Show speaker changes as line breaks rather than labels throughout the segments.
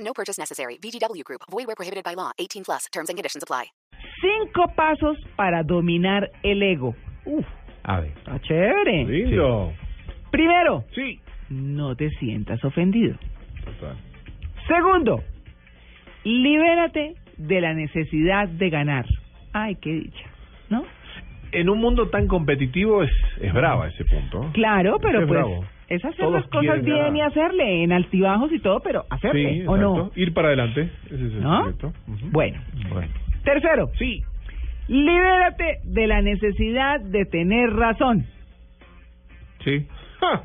No purchase necessary. VGW Group. Void where prohibited by law. 18 plus. Terms and conditions apply.
Cinco pasos para dominar el ego. Uf,
A ver.
está chévere.
Lindo.
Primero,
Sí.
no te sientas ofendido. Segundo, libérate de la necesidad de ganar. Ay, qué dicha, ¿no?
En un mundo tan competitivo es, es brava ese punto.
Claro, pero
Ese es
pues
bravo.
es hacer
Todos
las cosas
quieren
bien
ganar.
y hacerle en altibajos y todo, pero hacerle,
Sí,
¿o no?
exacto. Ir para adelante. Ese es el
¿No?
secreto. Ujú.
Bueno.
Bueno.
Tercero,
Sí.
libérate de la necesidad de tener razón.
Sí. Ja.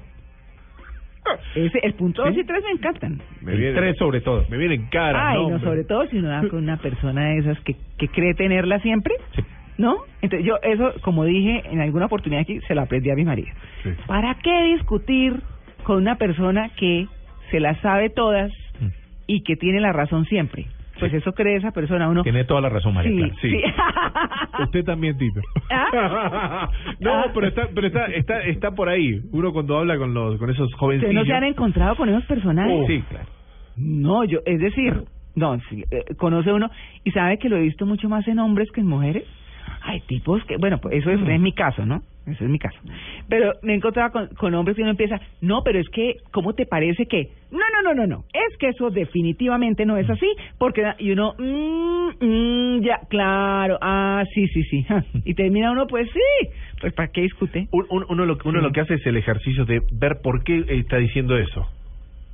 Ja.
Ese, el punto
¿Sí?
dos y tres me encantan.
Me viene- tres sobre todo. Me vienen caras.
Ay, no,
nombres.
sobre todo si uno va con una persona de esas que, que cree tenerla siempre,
Sí.
¿no? Entonces yo eso, como dije en alguna oportunidad aquí, se lo aprendí a mi marido.
Sí.
¿Para qué discutir con una persona que se las sabe todas
Mm.
y que tiene la razón siempre? Pues
Sí.
eso cree esa persona, uno...
Tiene toda la razón, María
sí,
Clara.
sí.
sí.
Usted también, Tito.
¿Ah?
no,
Ah.
pero, está, pero está, está, está por ahí. Uno cuando habla con los con esos
¿Ustedes
jovencitos.
no ¿Eh? se han encontrado con esos personajes?
Sí, claro.
No, yo, es decir, no, sí, eh, conoce uno y sabe que lo he visto mucho más en hombres que en mujeres. Hay tipos que, bueno, pues eso es, es mi caso, ¿no? Eso es mi caso. Pero me he encontrado con, con hombres que uno empieza, no, pero es que, ¿cómo te parece que? No, no, no, no, no. Es que eso definitivamente no es así, porque, da- y uno, mm, mm, ya, claro, ah, sí, sí, sí. ja. Y termina uno, pues sí, pues ¿para qué discute?
Un- un- uno lo, uno
Sí.
lo que hace es el ejercicio de ver por qué está diciendo eso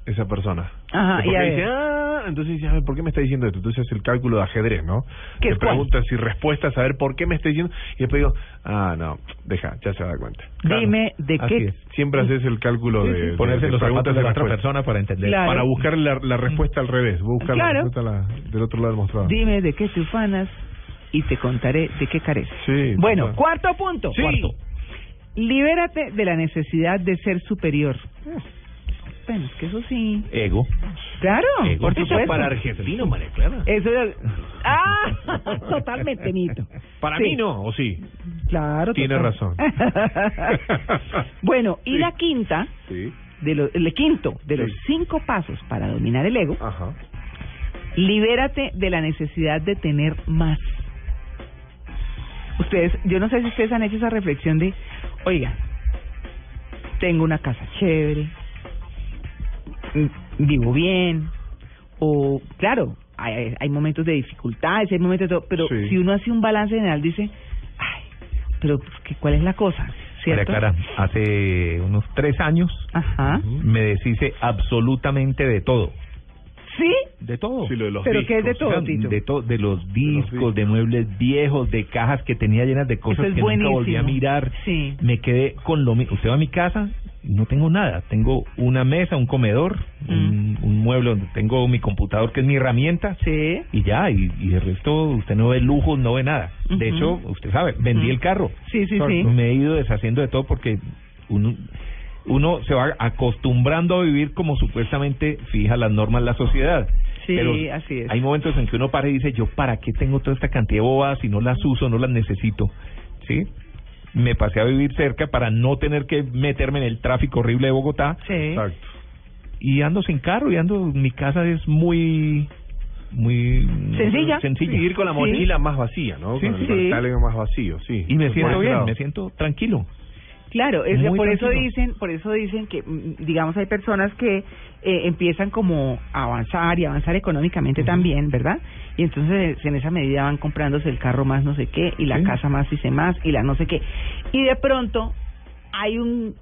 esa persona.
Ajá,
De por
y a
qué
ver.
dice, "Ah", entonces dice, a ver, ¿por qué me está diciendo esto? Entonces hace el cálculo de ajedrez, ¿no?
¿Qué
Te
es cuál?
preguntas y respuestas, a ver, ¿por qué me está diciendo? Y después digo, ah, no, deja, ya se da cuenta.
Dime de
Así
qué-
es. Siempre haces el cálculo de, de-
Ponerse
de
los zapatos
preguntas
de
y
la otra
respuestas.
persona para entender.
Claro.
Para buscar la, la respuesta al revés, buscar
Claro.
la respuesta a la- del otro lado del mostrador.
Dime de qué te ufanas y te contaré de qué careces.
Sí,
bueno,
total.
cuarto punto.
Sí.
Cuarto. Libérate de la necesidad de ser superior. Bueno, es que eso sí.
Ego.
Claro,
Ego.
Ah, por supuesto.
argentino, María Clara.
Eso es- Ah, totalmente mito.
Para
Sí,
mí no, o sí.
Claro.
Tiene
total.
razón.
bueno, y
Sí.
la quinta,
Sí.
de los, el quinto de los
Sí. Ah.
cinco pasos para dominar el ego,
Ajá.
Libérate de la necesidad de tener más. Ustedes, yo no sé si ustedes han hecho esa reflexión de, oiga, tengo una casa chévere, mm, vivo bien, o claro, hay, hay momentos de dificultades, hay momentos de todo, pero
Sí.
si uno hace un balance general dice, ay, pero pues, ¿qué- ¿cuál es la cosa?
María
¿Cierto?
Clara, hace unos tres años
Ajá.
me deshice absolutamente de todo.
Sí,
¿De todo?
Sí, lo de los
pero ¿qué es de
discos.
O sea,
todo, Tito?
de, to- de los discos, de,
discos.
muebles viejos, de cajas que tenía llenas de cosas
Eso es
que
buenísimo.
nunca volví a mirar.
Sí.
Me quedé con lo mismo. Usted va a mi casa, no tengo nada. Tengo una mesa, un comedor, un,
Mm.
un mueble donde tengo mi computador, que es mi herramienta.
Sí.
Y ya, y, y el resto usted no ve lujos, no ve nada. De
Ujú.
hecho, usted sabe, vendí
Ujú.
el carro.
Sí, sí,
O sea,
sí.
Me he ido deshaciendo de todo porque uno, uno se va acostumbrando a vivir como supuestamente fija las normas la sociedad.
Sí,
Pero
así es.
Hay momentos en que uno para y dice, yo para qué tengo toda esta cantidad de bobadas si no las uso, no las necesito. ¿Sí? Me pasé a vivir cerca para no tener que meterme en el tráfico horrible de Bogotá
Sí.
Exacto.
y ando sin carro y ando mi casa es muy muy
Sencilla.
sencilla.
ir con la mochila más vacía, ¿no?
Sí,
con
sí.
el pantalón más vacío, sí.
y me
Por
siento
ese
bien
lado.
me siento tranquilo
Claro, es que
Muy
por eso
tranquilo.
dicen, por eso dicen que mm, digamos hay personas que eh, empiezan como a avanzar y avanzar económicamente también, ¿verdad? Y entonces en esa medida van comprándose el carro más no sé qué y la
Sí.
casa más y sé más y la no sé qué. Y de pronto hay un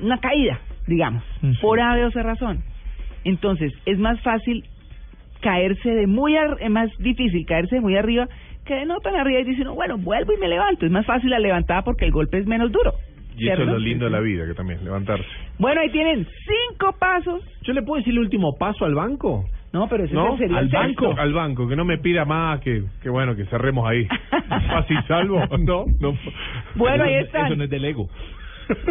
una caída, digamos,
Sí.
por ave o sea razón. Entonces, es más fácil caerse de muy ar- es más difícil caerse de muy arriba que de no tan arriba y diciendo, bueno, vuelvo y me levanto. Es más fácil la levantada porque el golpe es menos duro.
Y eso es
¿cierto?
lo lindo de la vida, que también, levantarse.
Bueno, ahí tienen cinco pasos.
¿Yo le puedo decir el último paso al banco?
No, pero ese
¿No?
sería
al
el sexto.
banco, al banco, que no me pida más, que, que bueno, que cerremos ahí. Fácil salvo, no, no.
Bueno, ahí
Eso-
están.
Eso no es del ego.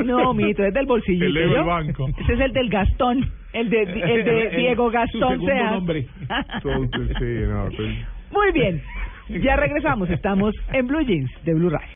No, mijito, es del bolsillo.
El ego del banco.
Ese es el del Gastón. El de, el de
El-
Diego
su
Gastón
segundo
Seas.
nombre.
Entonces, sí, no, pues-
Muy bien. Ya regresamos. Estamos en Blue Jeans de Blue Radio.